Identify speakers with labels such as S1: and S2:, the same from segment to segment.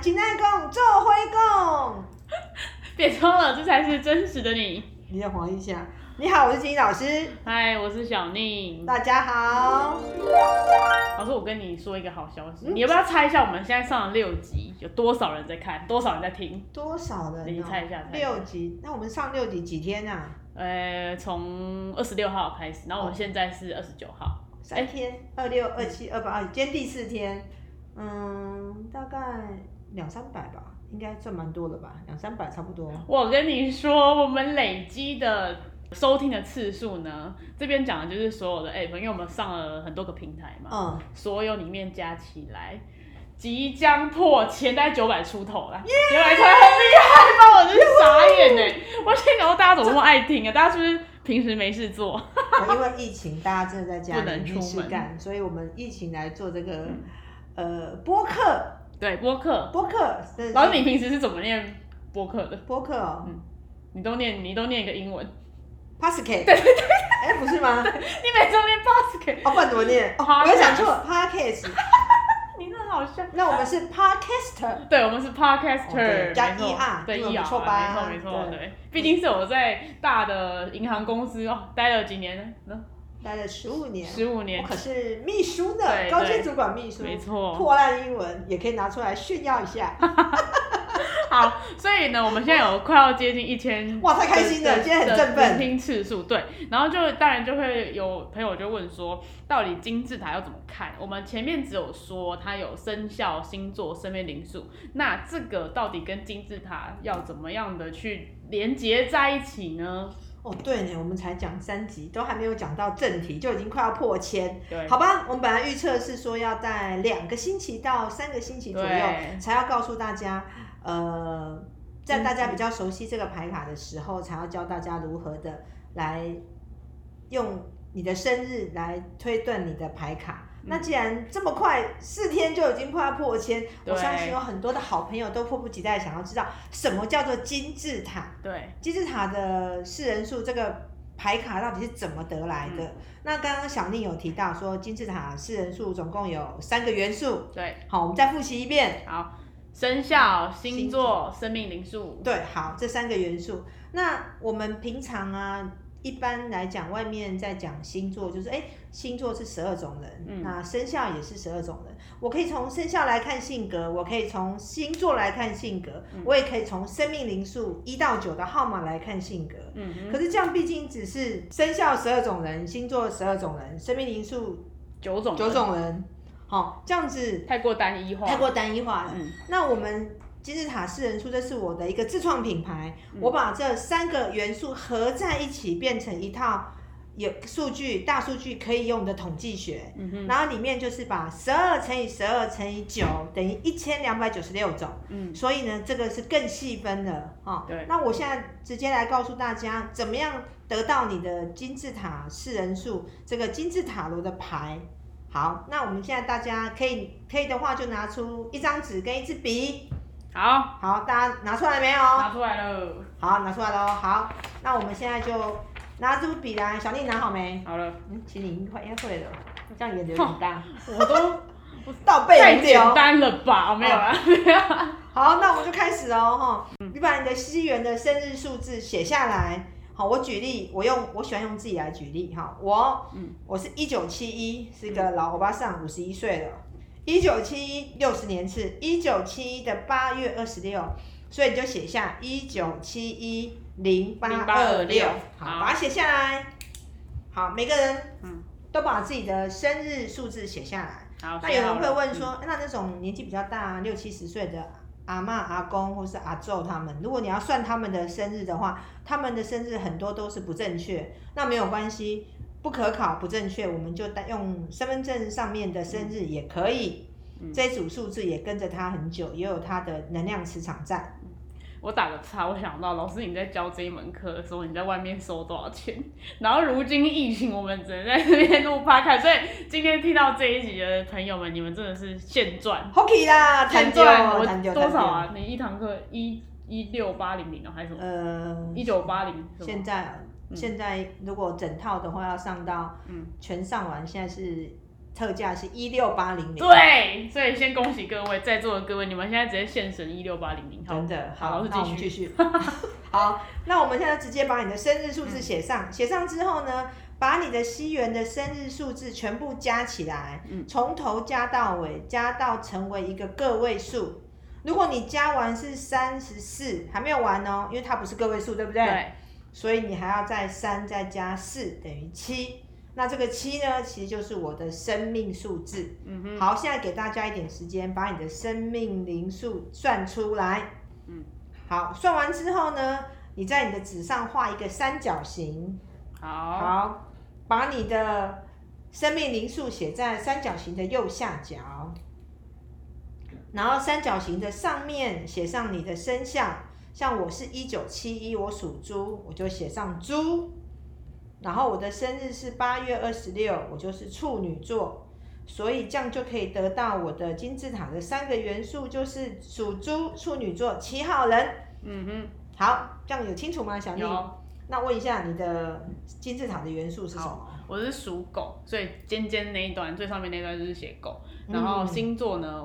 S1: 讲做伙讲。
S2: 别装了，这才是真实的你。
S1: 你叫黄一翔。你好，我是金老师。
S2: 嗨，我是小宁。
S1: 大家好。
S2: 老师，我跟你说一个好消息，
S1: 嗯
S2: 你要不要猜一下我们现在上了六集，有多少人在看，多少人在听？
S1: 多少人、哦？
S2: 你猜一下猜一下
S1: 六集。那我们上六集几天啊？
S2: 呃，从二十六号开始，然后我们现在是二十九号，
S1: 三天，二六、二七、二八、二九，今天第四天。嗯，大概两三百吧，应该算蛮多了吧，两三百差不多。
S2: 我跟你说，我们累积的收听的次数呢，这边讲的就是所有的 app，因为我们上了很多个平台嘛，
S1: 嗯，
S2: 所有里面加起来。即将破千，大概九百出头啦，九百出头很厉害吧？我真是傻眼呢、我现在想说大家怎么那么爱听啊？大家是不是平时没事做？
S1: 因为疫情，大家真的在家
S2: 不能
S1: 里没
S2: 出
S1: 事
S2: 门
S1: 干，所以我们疫情来做这个呃播客，
S2: 对，播客。
S1: 播客。真的是
S2: 老师，你平时是怎么念播客的？
S1: 播客哦
S2: 你都念，你都念一个英文，
S1: p o s c a t 对对对，哎，不是吗？哦，
S2: 你每次都念 basket，
S1: 不然怎么念？哦
S2: Podcast
S1: 我又想错 p o d c a s t
S2: 你那好像。
S1: 那我们是 podcaster，
S2: 对，我们是
S1: 哦对
S2: podcaster，
S1: 加
S2: 没错
S1: ER
S2: 对
S1: 英文
S2: ER，
S1: 不错吧
S2: 没错没错，
S1: 对
S2: 对，毕竟是我在大的银行公司哦待了几年，
S1: 待了十五年，
S2: 十五年
S1: 我，可是秘书呢，
S2: 对
S1: 高阶
S2: 对
S1: 主管秘书，
S2: 没错，
S1: 破烂英文也可以拿出来炫耀一下，
S2: 好，所以呢，我们现在有快要接近一千，
S1: 哇，太开心了，今天很振
S2: 聆
S1: 奋。
S2: 听次数对，然后就当然就会有朋友就问说，到底金字塔要怎么看？我们前面只有说它有生肖、星座、生命灵数，那这个到底跟金字塔要怎么样的去连接在一起呢？
S1: 哦，对呢，我们才讲三集，都还没有讲到正题，就已经快要破千。
S2: 对，
S1: 好吧，我们本来预测是说要在两个星期到三个星期左右
S2: 对
S1: 才要告诉大家，呃，在大家
S2: 嗯
S1: 比较熟悉这个牌卡的时候，才要教大家如何的来用你的生日来推断你的牌卡。
S2: 嗯
S1: 那既然这么快，四天就已经快要破千，我
S2: 对
S1: 相信有很多的好朋友都迫不及待想要知道什么叫做金字塔。
S2: 对，
S1: 金字塔的四人数这个牌卡到底是怎么得来的？那刚刚小宁有提到说，金字塔四人数总共有三个元素。
S2: 对，
S1: 好，我们再复习一遍。
S2: 好，生肖、
S1: 星
S2: 星座、生命灵数，
S1: 对，好，这三个元素。那我们平常啊，一般来讲，外面在讲星座，就是哎，星座是十二种人，
S2: 嗯
S1: 那生肖也是十二种人。我可以从生肖来看性格，我可以从星座来看性格，我也可以从生命灵数一到九的号码来看性格。
S2: 嗯哼，
S1: 可是这样毕竟只是生肖十二种人，星座十二种人，生命灵数
S2: 九种，
S1: 九，种人，好、这样子
S2: 太过单一化，
S1: 太过单一化了。
S2: 嗯
S1: 那我们金字塔四人数，这是我的一个自创品牌，
S2: 嗯
S1: 我把这三个元素合在一起，变成一套有数据大数据可以用的统计学。
S2: 嗯哼，
S1: 然后里面就是把十二乘以十二乘以九等于一千两百九十六种，
S2: 嗯，
S1: 所以呢，这个是更细分了哦。
S2: 对
S1: 那我现在直接来告诉大家，怎么样得到你的金字塔四人数这个金字塔罗的牌。好，那我们现在大家可以可以的话，就拿出一张纸跟一支笔。
S2: 好，
S1: 好，大家拿出来没有？
S2: 拿出来了，
S1: 好，拿出来喽。好，那我们现在就拿这支笔来，小丽拿好没？
S2: 好了。
S1: 嗯，其实你已经快要会了，这样也流很大，
S2: 我都
S1: 倒背哦
S2: 哦太
S1: 如
S2: 简
S1: 流。
S2: 单了吧？哦 没有啊，没有啊。
S1: 好，那我们就开始哦，哈，你把你的西元的生日数字写下来。好，我举例，我用我喜欢用自己来举例哈。我，
S2: 嗯
S1: 我是一九七一，是个老欧巴桑，五十一岁了。一九七一六十年次，一九七一的八月二十六，所以你就写下一九七一零八二六
S2: 0826，
S1: 好，
S2: 好
S1: 把它写下来。好，每个人
S2: 嗯
S1: 都把自己的生日数字写下来。
S2: 好，
S1: 那有
S2: 写好
S1: 人
S2: 了
S1: 会问，
S2: 嗯
S1: 说，哎那那种年纪比较大，六七十岁的阿嬷、阿公或是阿舅他们，如果你要算他们的生日的话，他们的生日很多都是不正确，那没有关系，不可考、不正确，我们就单用身份证上面的生日也可以。
S2: 嗯
S1: 这一组数字也跟着他很久，也有他的能量磁场在。
S2: 嗯我打个岔，我想到老师你在教这一门课的时候，你在外面收多少钱？ 然后如今疫情，我们只能在这边录 p o 所以今天听到这一集的朋友们，你们真的是现赚，
S1: Hockey 啦，探
S2: 现
S1: 究
S2: 赚！我
S1: 探究
S2: 多少？啊？你一堂课一一六八零零哦，还是什
S1: 探究
S2: 么？
S1: 呃，
S2: 一九八零？
S1: 现在、现在如果整套的话要上到
S2: 嗯
S1: 全上完，现在是特价是一六八零零，，
S2: 对，所以先恭喜各位在座的各位，你们现在直接现神一六八零零，好
S1: 真，的
S2: 好
S1: 好，那我们
S2: 继
S1: 继续。 好，那我们现在直接把你的生日数字写上，
S2: 嗯
S1: 写上之后呢，把你的西元的生日数字全部加起来，
S2: 嗯
S1: 从头加到尾，加到成为一个个位数。如果你加完是三十四，还没有完哦，因为它不是个位数，对不对？
S2: 对，
S1: 所以你还要再三再加四等于七。那这个七呢，其实就是我的生命数字。
S2: 嗯哼，
S1: 好，现在给大家一点时间，把你的生命灵数算出来。
S2: 嗯，
S1: 好，算完之后呢，你在你的纸上画一个三角形。
S2: 好，
S1: 好，把你的生命灵数写在三角形的右下角，然后三角形的上面写上你的生肖，像我是一九七一，我属猪，我就写上猪。然后我的生日是八月二十六，我就是处女座，所以这样就可以得到我的金字塔的三个元素，就是属猪、处女座、七号人。
S2: 嗯哼，
S1: 好，这样有清楚吗，小丽？
S2: 有，
S1: 那问一下你的金字塔的元素是什么？
S2: 我是属狗，所以尖尖那一端最上面那一段就是写狗，然后星座呢，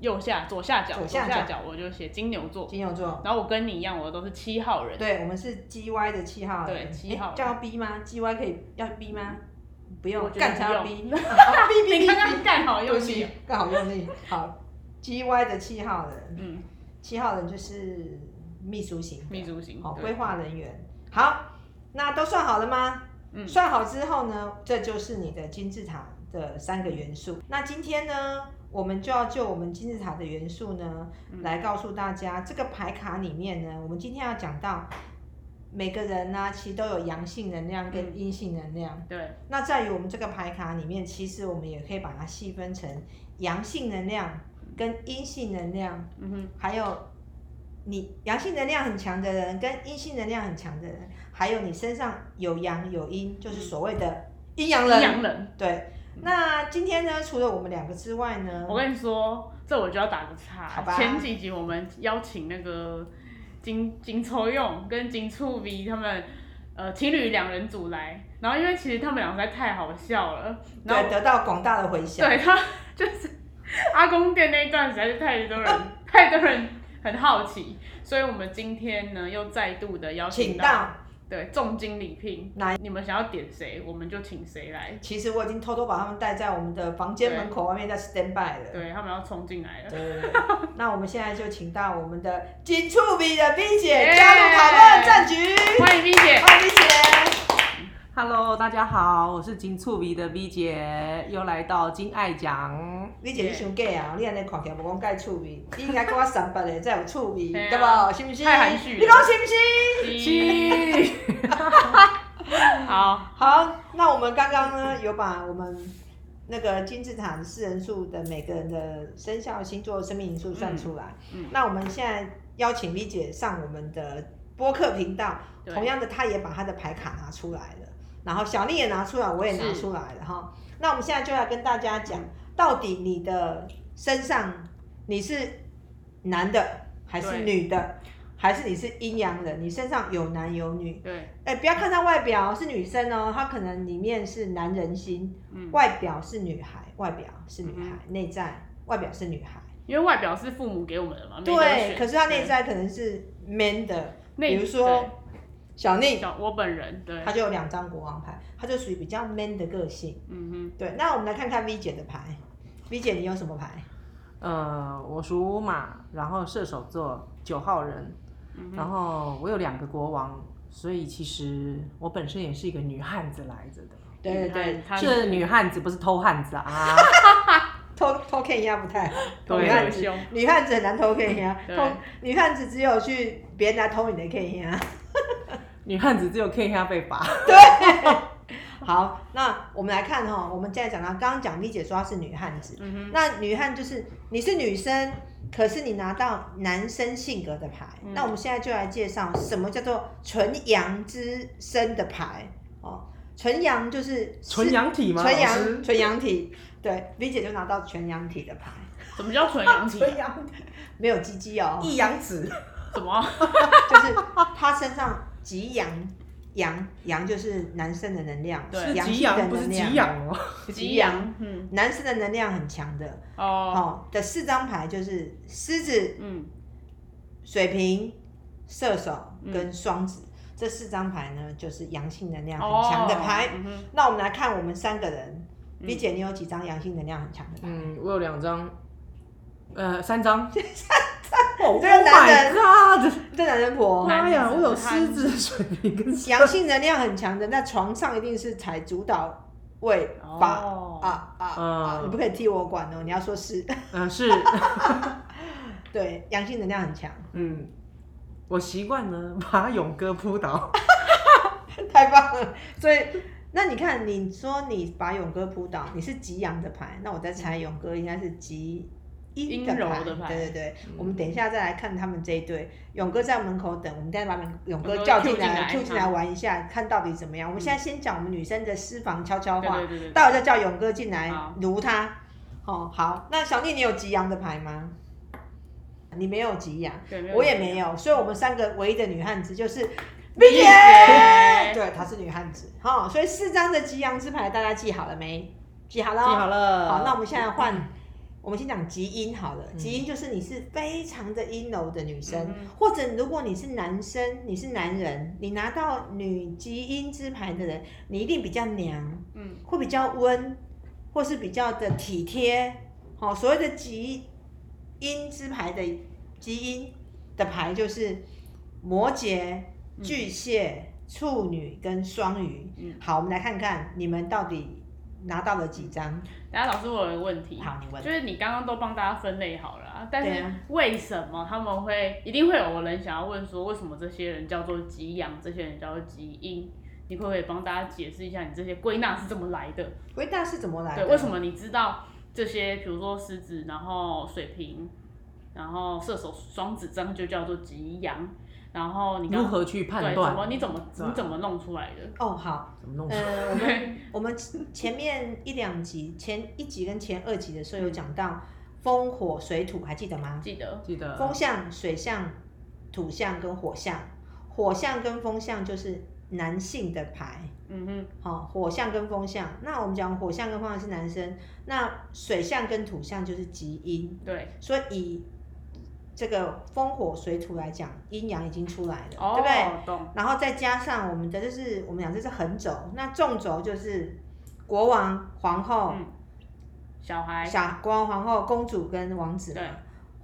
S2: 右下左下角
S1: 嗯左
S2: 下
S1: 下角
S2: 角我就写金牛座，
S1: 金牛座，
S2: 然后我跟你一样，我都是七号人，
S1: 对，我们是 G Y 的七号
S2: 对
S1: 人，
S2: 七号
S1: 诶这样要 B 吗？G Y 可以要 B 吗？不
S2: 我
S1: 用，
S2: 觉得
S1: 干才要
S2: 不
S1: B，B B
S2: 你
S1: B
S2: 刚刚干好
S1: 对
S2: 用
S1: 不
S2: 力
S1: 起
S2: 哦，，
S1: 刚好用力。好，G Y 的七号人，
S2: 嗯，
S1: 七号人就是秘书型，
S2: 秘书型，
S1: 好，
S2: 对
S1: 规划人员。好，那都算好了吗？
S2: 嗯
S1: 算好之后呢，这就是你的金字塔的三个元素。那今天呢，我们就要就我们金字塔的元素呢，
S2: 嗯
S1: 来告诉大家这个牌卡里面呢，我们今天要讲到每个人呢、其实都有阳性能量跟阴性能量。
S2: 对，
S1: 那在于我们这个牌卡里面，其实我们也可以把它细分成阳性能量跟阴性能量。
S2: 嗯哼，
S1: 还有你阳性能量很强的人跟阴性能量很强的人，还有你身上有阳有阴，就是所谓的阴阳人。
S2: 嗯阴阳人，
S1: 对，那今天呢，除了我们两个之外呢，
S2: 我跟你说，这我就要打个岔
S1: 嗯好。吧
S2: 前几集我们邀请那个金金抽用跟金触 V 他们呃情侣两人组来，然后因为其实他们两个实在太好笑了，然后
S1: 对得到广大的回响。
S2: 对他就是阿公店那一段实在是太多人太多人很好奇，所以我们今天呢又再度的邀请
S1: 请
S2: 到
S1: 到，
S2: 对重金礼聘，
S1: 哪
S2: 你们想要点谁，我们就请谁来。
S1: 其实我已经偷偷把他们带在我们的房间门口外面在 stand by 了。
S2: 对他们要冲进来了，
S1: 对 对对，那我们现在就请到我们的紧触笔的冰姐
S2: 耶
S1: 加入讨论战局。
S2: 欢迎 V 姐。
S1: 欢迎冰姐。
S3: Hello，大家好，我是金醋鼻的 V 姐，又来到金爱奖。
S1: 你姐你伤假啊！你安尼看起来无讲介趣味，你应该跟我三八的才有趣 味，
S2: 嘿啊
S1: 对无？是不是？
S2: 太含蓄了
S1: 你讲是不是？
S3: 七，
S2: 好，
S1: 好，那我们刚刚呢有把我们那个金字塔四人数的每个人的生肖、星座、生命因素算出来。
S2: 嗯嗯
S1: 那我们现在邀请 V 姐上我们的播客频道，
S2: 对
S1: 同样的，她也把她的牌卡拿出来了，然后小丽也拿出来，我也拿
S2: 是
S1: 出来了哈。
S2: 嗯
S1: 那我们现在就来跟大家讲，到底你的身上你是男的还是
S2: 对
S1: 女的，还是你是阴阳人？你身上有男有女，
S2: 对，
S1: 哎、不要看她外表是女生哦，她可能里面是男人心，
S2: 嗯
S1: 外表是女孩，外表是女孩，内、在外表是女孩，
S2: 因为外表是父母给我们的嘛，没得
S1: 对，
S2: 选
S1: 可是她内在可能是 man 的，
S2: 内
S1: 比如说小
S2: 对
S1: 宁，
S2: 小我本人对
S1: 她，就有两张国王牌，她就属于比较 man 的个性。
S2: 嗯
S1: 对，那我们来看看 V 姐的牌，V 姐你有什么牌？
S3: 呃，我属马，然后射手座九号人，
S1: 嗯
S2: 嗯
S3: 然后我有两个国王，所以其实我本身也是一个女汉子来着的，
S2: 哼，
S1: 对对对，
S2: 你看，他
S3: 是女汉子，不是偷汉 子啊。
S1: 偷偷 K 压不 太好，
S3: 对
S1: 女汉
S2: 很
S1: 子
S2: 凶，
S1: 女汉子很难偷 K 压，
S2: 对
S1: 偷女汉子只有去别人来偷你的 K 压。
S3: 女汉子只有 K 下被罚。
S1: 好，那我们来看哈、我们现在讲到刚刚讲 V 姐说她是女汉子，
S2: 嗯哼，
S1: 那女汉就是你是女生，可是你拿到男生性格的牌。
S2: 嗯
S1: 那我们现在就来介绍什么叫做纯阳之身的牌哦。纯阳就是
S3: 纯阳体吗？
S1: 纯
S3: 老
S1: 阳
S3: 师
S1: 纯阳体，对，V 姐就拿到纯阳体的牌，
S2: 什么叫纯阳体？啊
S3: 纯阳
S1: 没有鸡 鸡哦，
S3: 一阳子。
S2: 什么？
S1: 就是她身上极阳。阳阳就是男生的能量，
S2: 对
S3: 是
S1: 阳
S3: 给
S1: 性的
S3: 养，不是
S1: 能
S3: 给
S1: 量，
S3: 养哦。
S2: 吉阳，嗯，
S1: 男生的能量很强的
S2: 哦，
S1: 哦的四张牌就是狮子、
S2: 嗯，
S1: 水瓶、射手
S2: 嗯
S1: 跟双子、这四张牌呢，就是阳性能量
S2: 哦，
S1: 很强的牌。
S2: 嗯哼
S1: 那我们来看我们三个人
S2: 嗯
S1: ，B 姐你有几张阳性能量很强的牌？
S3: 嗯，我有两张，呃，三张。三张
S1: 这个男
S3: ！Oh my god！
S1: 这男人婆
S2: 男
S3: 妈呀，
S2: 子
S3: 我有
S2: 汉
S3: 狮子、水 瓶跟
S1: 阳性能量很强的，那床上一定是才主导位吧？
S2: 哦
S1: 啊啊啊！
S3: 嗯
S1: 你不可以替我管哦，你要说是
S3: 嗯，是，
S1: 对，阳性能量很强，
S3: 嗯，我习惯呢 把勇哥扑倒。
S1: 太棒了。所以，那你看，你说你把勇哥扑倒，你是极阳的牌，那我在猜勇哥应该是极阴的
S2: 阴柔
S1: 牌。
S2: 的牌嗯
S1: 对对对，我们等一下再来看他们这一对。勇哥在门口
S2: 嗯
S1: 等，我们再把勇
S2: 勇
S1: 哥
S2: 哥
S1: 叫
S2: cue
S1: 进来，
S2: 进来
S1: Q 进来玩一下，看到底怎么样。我们现在先讲我们女生的私房悄悄话
S2: 哦对，对对对，
S1: 待会再叫勇哥进来
S2: 好
S1: 撸他。哦，好，那小丽，你有极阳的牌吗？你没有极阳。
S2: 对
S1: 我也没，有，所以我们三个唯一的女汉子就是
S2: B 姐
S1: 对，她是女汉子，哈、所以四张的吉阳之牌大家记好了没？记好了哦，
S3: 记好了
S1: 好，那我们现在换，我们先讲极阴好了。
S3: 嗯
S1: 极阴就是你是非常的阴柔的女生，
S2: 嗯哼
S1: 或者如果你是男生，你是男人，你拿到女极阴之牌的人，你一定比较娘，
S2: 嗯
S1: 会比较温，或是比较的体贴。好、所谓的极阴之牌的极阴的牌就是摩羯、
S2: 嗯
S1: 巨蟹、处女跟双鱼。
S2: 嗯
S1: 好，我们来看看你们到底拿到了几张。
S2: 大家老师，我有个问题，
S1: 好，你问
S2: 就。是你刚刚都帮大家分类好了啊、但
S1: 对
S2: 是
S1: 啊
S2: 为什么他们会一定会有人想要问说，为什么这些人叫做极阳，这些人叫做极阴？你可不可以帮大家解释一下你这些归纳是怎么来的？
S1: 回答是怎么来的？
S2: 对，为什？么你知道这些，比如说狮子，然后水瓶，然后射手、双子，这样就叫做极阳。然后你刚
S3: 如何去判
S2: 对怎么
S3: 断？
S2: 你怎么
S3: 对啊
S2: 你怎么弄出来的？
S1: 哦，好，
S3: 怎么 弄？
S1: 呃，我们我们前面一两集，前一集跟前二集的时候有讲到风火水土，还记得吗？
S2: 记得
S3: 记得
S1: 风象、水象、土象跟火象，火象跟风象就是男性的牌，
S2: 嗯哼，
S1: 好、火象跟风象。那我们讲火象跟风象是男生，那水象跟土象就是极阴，
S2: 对，
S1: 所以以这个风火水土来讲，阴阳已经出来了，
S2: 哦，
S1: 对不对？
S2: 懂，
S1: 然后再加上我们的就是我们讲这是横轴，那纵轴就是国王、皇后、
S2: 嗯，小孩，
S1: 小国王、皇后、公主跟王子嘛
S2: 嗯对。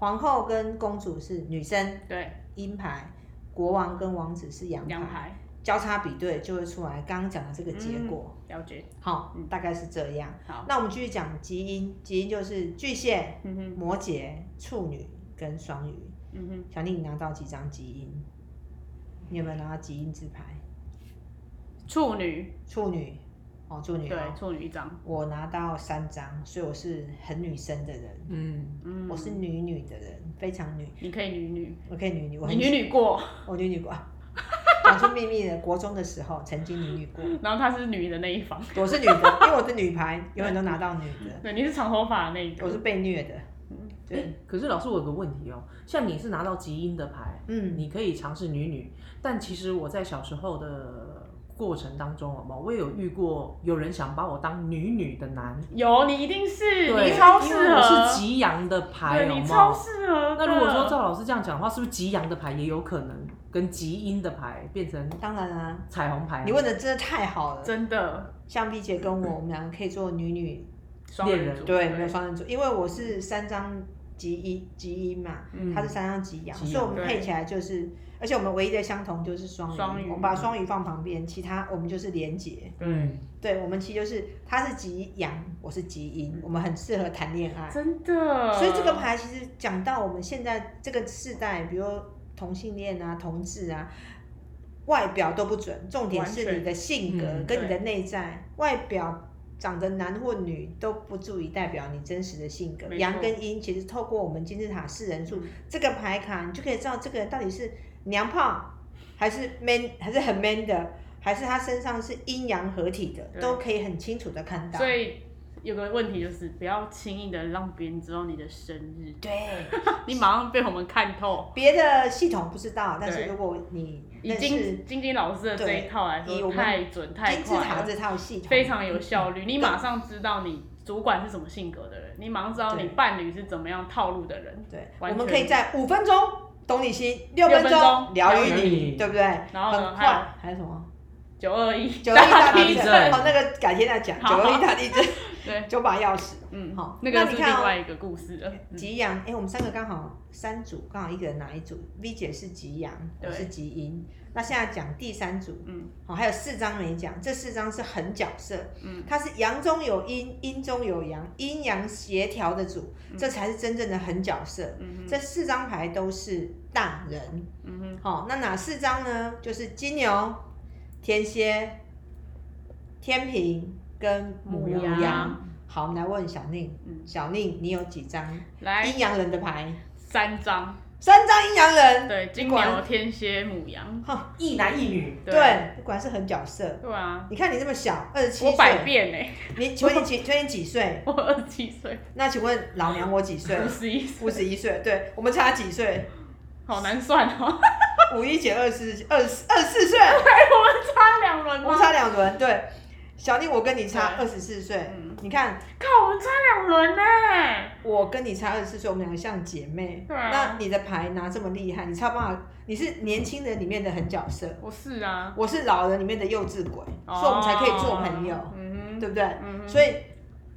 S1: 皇后跟公主是女生，
S2: 对，
S1: 阴牌，国王跟王子是阳牌，
S2: 阳牌，
S1: 交叉比对就会出来刚刚讲的这个结果。
S2: 了解，
S1: 好、
S2: 嗯
S1: 大概是这样。
S2: 好，
S1: 那我们继续讲基因，基因就是巨蟹、
S2: 嗯哼，
S1: 摩羯、处女跟双鱼。
S2: 嗯哼。
S1: 小丽，你拿到几张基因？你有没有拿到基因之牌？
S2: 处女，
S1: 处女，哦，处女、
S2: 对，
S1: 哦。
S2: 处女一张，
S1: 我拿到三张，所以我是很女生的人，
S3: 嗯，
S2: 嗯，
S1: 我是女女的人，非常女，
S2: 你可以女女，
S1: 我可以女女，我
S2: 你
S1: 很
S2: 女女过，
S1: 我女女过，讲出秘密的，国中的时候曾经女女过，
S2: 然后她是女的那一方，
S1: 我是女的，因为我的女牌永远都拿到女的，
S2: 对，你是长头发的那一
S1: 我是
S2: 个，
S1: 被虐的
S2: 嗯。
S1: 对，
S3: 可是老师，我有个问题哦，像你是拿到极阴的牌，
S1: 嗯，
S3: 你可以尝试女女，但其实我在小时候的过程当中，好不好我也有遇过有人想把我当女女的男，
S2: 有你一定是，
S3: 对，
S2: 你超
S3: 因
S2: 适
S3: 为我是
S2: 合，
S3: 极阳的牌，
S2: 对
S3: 有
S2: 你
S3: 没
S2: 超
S3: 有？
S2: 适合的。
S3: 那如果说照老师这样讲的话，是不是极阳的牌也有可能跟极阴的牌变成
S1: 当然啦、
S3: 彩虹牌？
S1: 你问的真的太好了。
S2: 真的
S1: 像 B 姐跟我，我们两个可以做女女，
S2: 双人
S3: 人
S2: 组，
S1: 对，没有双人组，因为我是三张极一极一嘛，
S3: 嗯
S1: 她是三张极阳，
S3: 极阳
S1: 所以我们配起来就是，而且我们唯一的相同就是双鱼，
S2: 双鱼嗯
S1: 我们把双鱼放旁边，其他我们就是连结。
S3: 嗯，
S1: 对，我们其实就是她是极阳，我是极阴，我们很适合谈恋爱。
S2: 真的。
S1: 所以这个牌其实讲到我们现在这个世代，比如同性恋啊、同志啊，外表都不准，重点
S2: 完
S1: 是
S2: 全
S1: 你的性格
S3: 嗯
S1: 跟你的内在。外表长得男或女都不足以代表你真实的性格。
S2: 没错
S1: 阳跟阴其实透过我们金字塔四人数、
S2: 嗯
S1: 这个牌卡，你就可以知道这个人到底是娘炮，还是 man，还是很 man 的，还是他身上是阴阳合体的，
S2: 对
S1: 都可以很清楚的看到。
S2: 所以有个问题就是不要轻易的让别人知道你的生日，
S1: 对，
S2: 你马上被我们看透。
S1: 别的系统不知道，但是
S2: 对
S1: 如果你
S2: 以
S1: 认识
S2: 金金金老师的这一套来
S1: 对以我们
S2: 说，太准太
S1: 金字
S2: 快
S1: 塔
S2: 了，
S1: 这嗯套系统，
S2: 非常有效率。你马上知道你主管是什么性格的人，你马上知道
S1: 对
S2: 你伴侣是怎么样套路的人，
S1: 对，我
S2: 完全
S1: 们可以在五分钟懂你心，六
S2: 分
S1: 分
S2: 钟
S1: 钟疗
S3: 疗
S1: 愈
S3: 愈
S1: 你，
S3: 你
S1: 对不对？
S2: 然后呢
S1: 很
S2: 还有
S1: 快，还有什么？
S2: 九二一
S1: 九二一大
S2: 地
S1: 地
S3: 震
S1: 震，哦，那个改天再讲。
S2: 好
S1: 九二一大地震，
S2: 对，
S1: 九把钥匙，
S2: 嗯，
S1: 好
S2: 那
S1: 那
S2: 个
S1: 你
S2: 是
S1: 看哦
S2: 另外一个故事了。嗯
S1: 吉阳，哎，我们三个刚好三组，刚好一个人拿一组。V 姐是吉阳，我
S2: 对
S1: 是吉阴。那现在讲第三组，
S2: 嗯，
S1: 好，还有四张没讲，这四张是很角色，
S2: 嗯，
S1: 它是阳中有阴，阴中有阳，阴阳协调的组，这才是真正的狠角色。
S2: 嗯
S1: 这四张牌都是大人，
S2: 哼，嗯哼，
S1: 好、那哪四张呢？就是金牛、天蝎、天平跟母
S3: 母
S1: 羊。
S2: 羊
S1: 好，我们来问小宁，
S2: 嗯哎
S1: 小宁你有几张
S2: 来
S1: 阴阳人的牌？
S2: 三张，
S1: 三张阴阳人，
S2: 对，金
S1: 不管
S2: 牛、天蝎、母羊，
S3: 一男一女，
S1: 对，果然是狠角色。
S2: 对啊，
S1: 你看你这么小，二十七
S2: 我百
S1: 岁，
S2: 变哎，
S1: 你请问你几？请问你几岁？
S2: 我二十七岁，
S1: 那请问老娘我几岁
S2: 五？十一 岁，
S1: 五十一岁，对我们差几岁？
S2: 好难算哦，
S1: 五一减二四，二十二十四岁。
S2: 差两轮
S1: 我
S2: 吗
S1: 们？ 差两轮，对。小弟，我跟你差二
S2: 对
S1: 十四岁
S2: 嗯，
S1: 你看
S2: 靠，我们差两轮呢，
S1: 我跟你差二十四岁，我们两个像姐妹。
S2: 对啊
S1: 那你的牌拿这么厉害，你差不多，你是年轻人里面的狠角色，
S2: 我是啊，
S1: 我是老人里面的幼稚鬼，所以我们才可以做朋友
S2: 哦，嗯
S1: 对不对？
S2: 哼，嗯嗯哼，
S1: 所以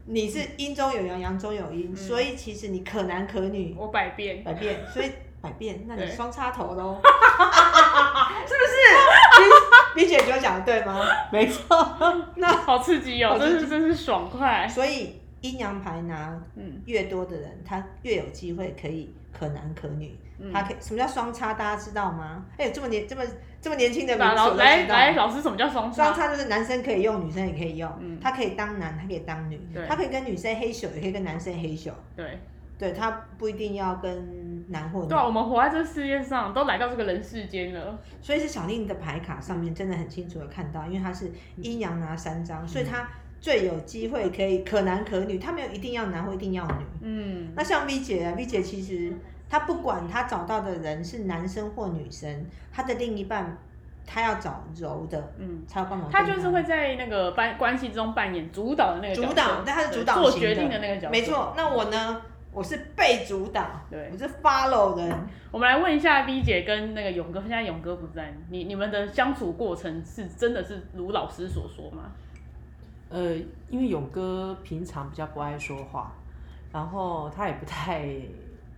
S1: 你是阴中有阳，阳中有阴，所以其实你可男可女，
S2: 我百变，
S1: 百变，所以百变，那你
S2: 对
S1: 双插头 喽，是不是？你你姐就讲得对吗？
S3: 没错，
S2: 好刺激哦，
S1: 好
S2: 真
S1: 刺
S2: 是
S1: 激
S2: 真是爽快，
S1: 所以阴阳牌拿
S2: 嗯
S1: 越多的人，他越有机会可以可男可女。
S2: 嗯，
S1: 他可以什么叫双叉？大家知道吗？哎、有这么年这么这么年轻的
S2: 来
S1: 名词我
S2: 啊老
S1: 都知道
S2: 来来，老师什么叫双
S1: 双
S2: 杀？
S1: 叉就是男生可以用，女生也可以用。
S2: 嗯
S1: 他可以当男，他可以当女
S2: 对，
S1: 他可以跟女生黑手，也可以跟男生黑手。
S2: 对，
S1: 对他不一定要跟男或女
S2: 对啊，，我们活在这世界上，都来到这个人世间了，
S1: 所以是小令的牌卡上面真的很清楚的看到，因为他是
S2: 嗯
S1: 阴阳拿三张，所以他最有机会可以可男可女，他没有一定要男或一定要女。
S2: 嗯，
S1: 那像 V 姐啊，V 姐其实她不管她找到的人是男生或女生，她的另一半她要找柔的，
S2: 嗯。
S1: 才有办法。
S2: 他就是会在那个关关系中扮演主导的那个角色
S1: 主导但他是
S2: 对
S1: 主导
S2: 做
S1: 型
S2: 决
S1: 的
S2: 定的那个角色。
S1: 没错。那我呢，我是被主导，
S2: 对
S1: 我是 follow 人。
S2: 我们来问一下 V 姐跟那个勇哥，现在勇哥不在，你你们的相处过程是真的是如老师所说吗？
S3: 呃，因为勇哥平常比较不爱说话，然后他也不太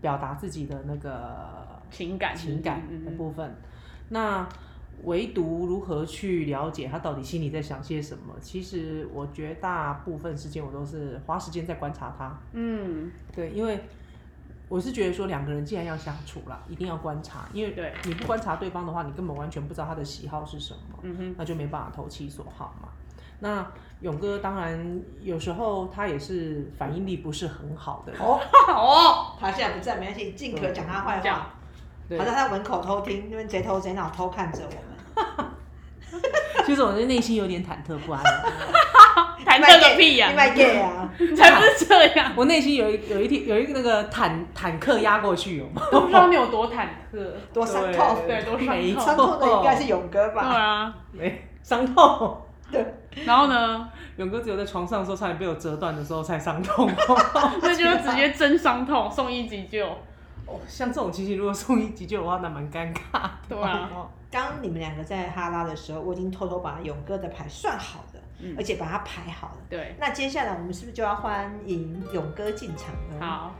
S3: 表达自己的那个
S2: 情感
S3: 情感
S2: 嗯
S3: 的
S2: 嗯
S3: 部分。那唯独如何去了解他到底心里在想些什么，其实我绝大部分时间我都是花时间在观察他。
S2: 嗯，
S3: 对，因为我是觉得说两个人既然要相处啦，一定要观察，因为
S2: 对，
S3: 你不观察对方的话，你根本完全不知道他的喜好是什么。
S2: 嗯哼，
S3: 那就没办法投其所好嘛。那勇哥当然有时候他也是反应力不是很好的，
S1: 哦，
S2: 好哦，
S1: 她现在不在，没关系，尽可讲她坏
S2: 这样
S1: 话，
S3: 对
S1: 好，像她闻口偷听，因为贼头贼脑偷看着我们。
S3: 其实我的内心有点忐忑不安，
S2: 谈哎这个屁呀、嗯
S1: 另外 gay 啊，
S2: 才不是这样，
S3: 我内心有一有一天有一个那个坦坦克压过去，有吗？
S2: 都不知道你有多忐忑，
S1: 多伤透，
S2: 对，多伤
S3: 没
S2: 痛，
S1: 伤透的应该是勇哥
S2: 对
S1: 吧？
S2: 啊，
S3: 没伤痛。
S2: 然后呢，
S3: 勇哥只有在床上的时候差点被我折断的时候才伤痛。
S2: 那就直接真伤痛，送医急救，
S3: 哦，像这种情形，如果送一急救的话，那蛮尴尬的。
S2: 对啊，
S1: 刚你们两个在哈拉的时候，我已经偷偷把勇哥的牌算好了，
S2: 嗯
S1: 而且把它排好了。
S2: 对，
S1: 那接下来我们是不是就要欢迎勇哥进场呢？
S2: 好，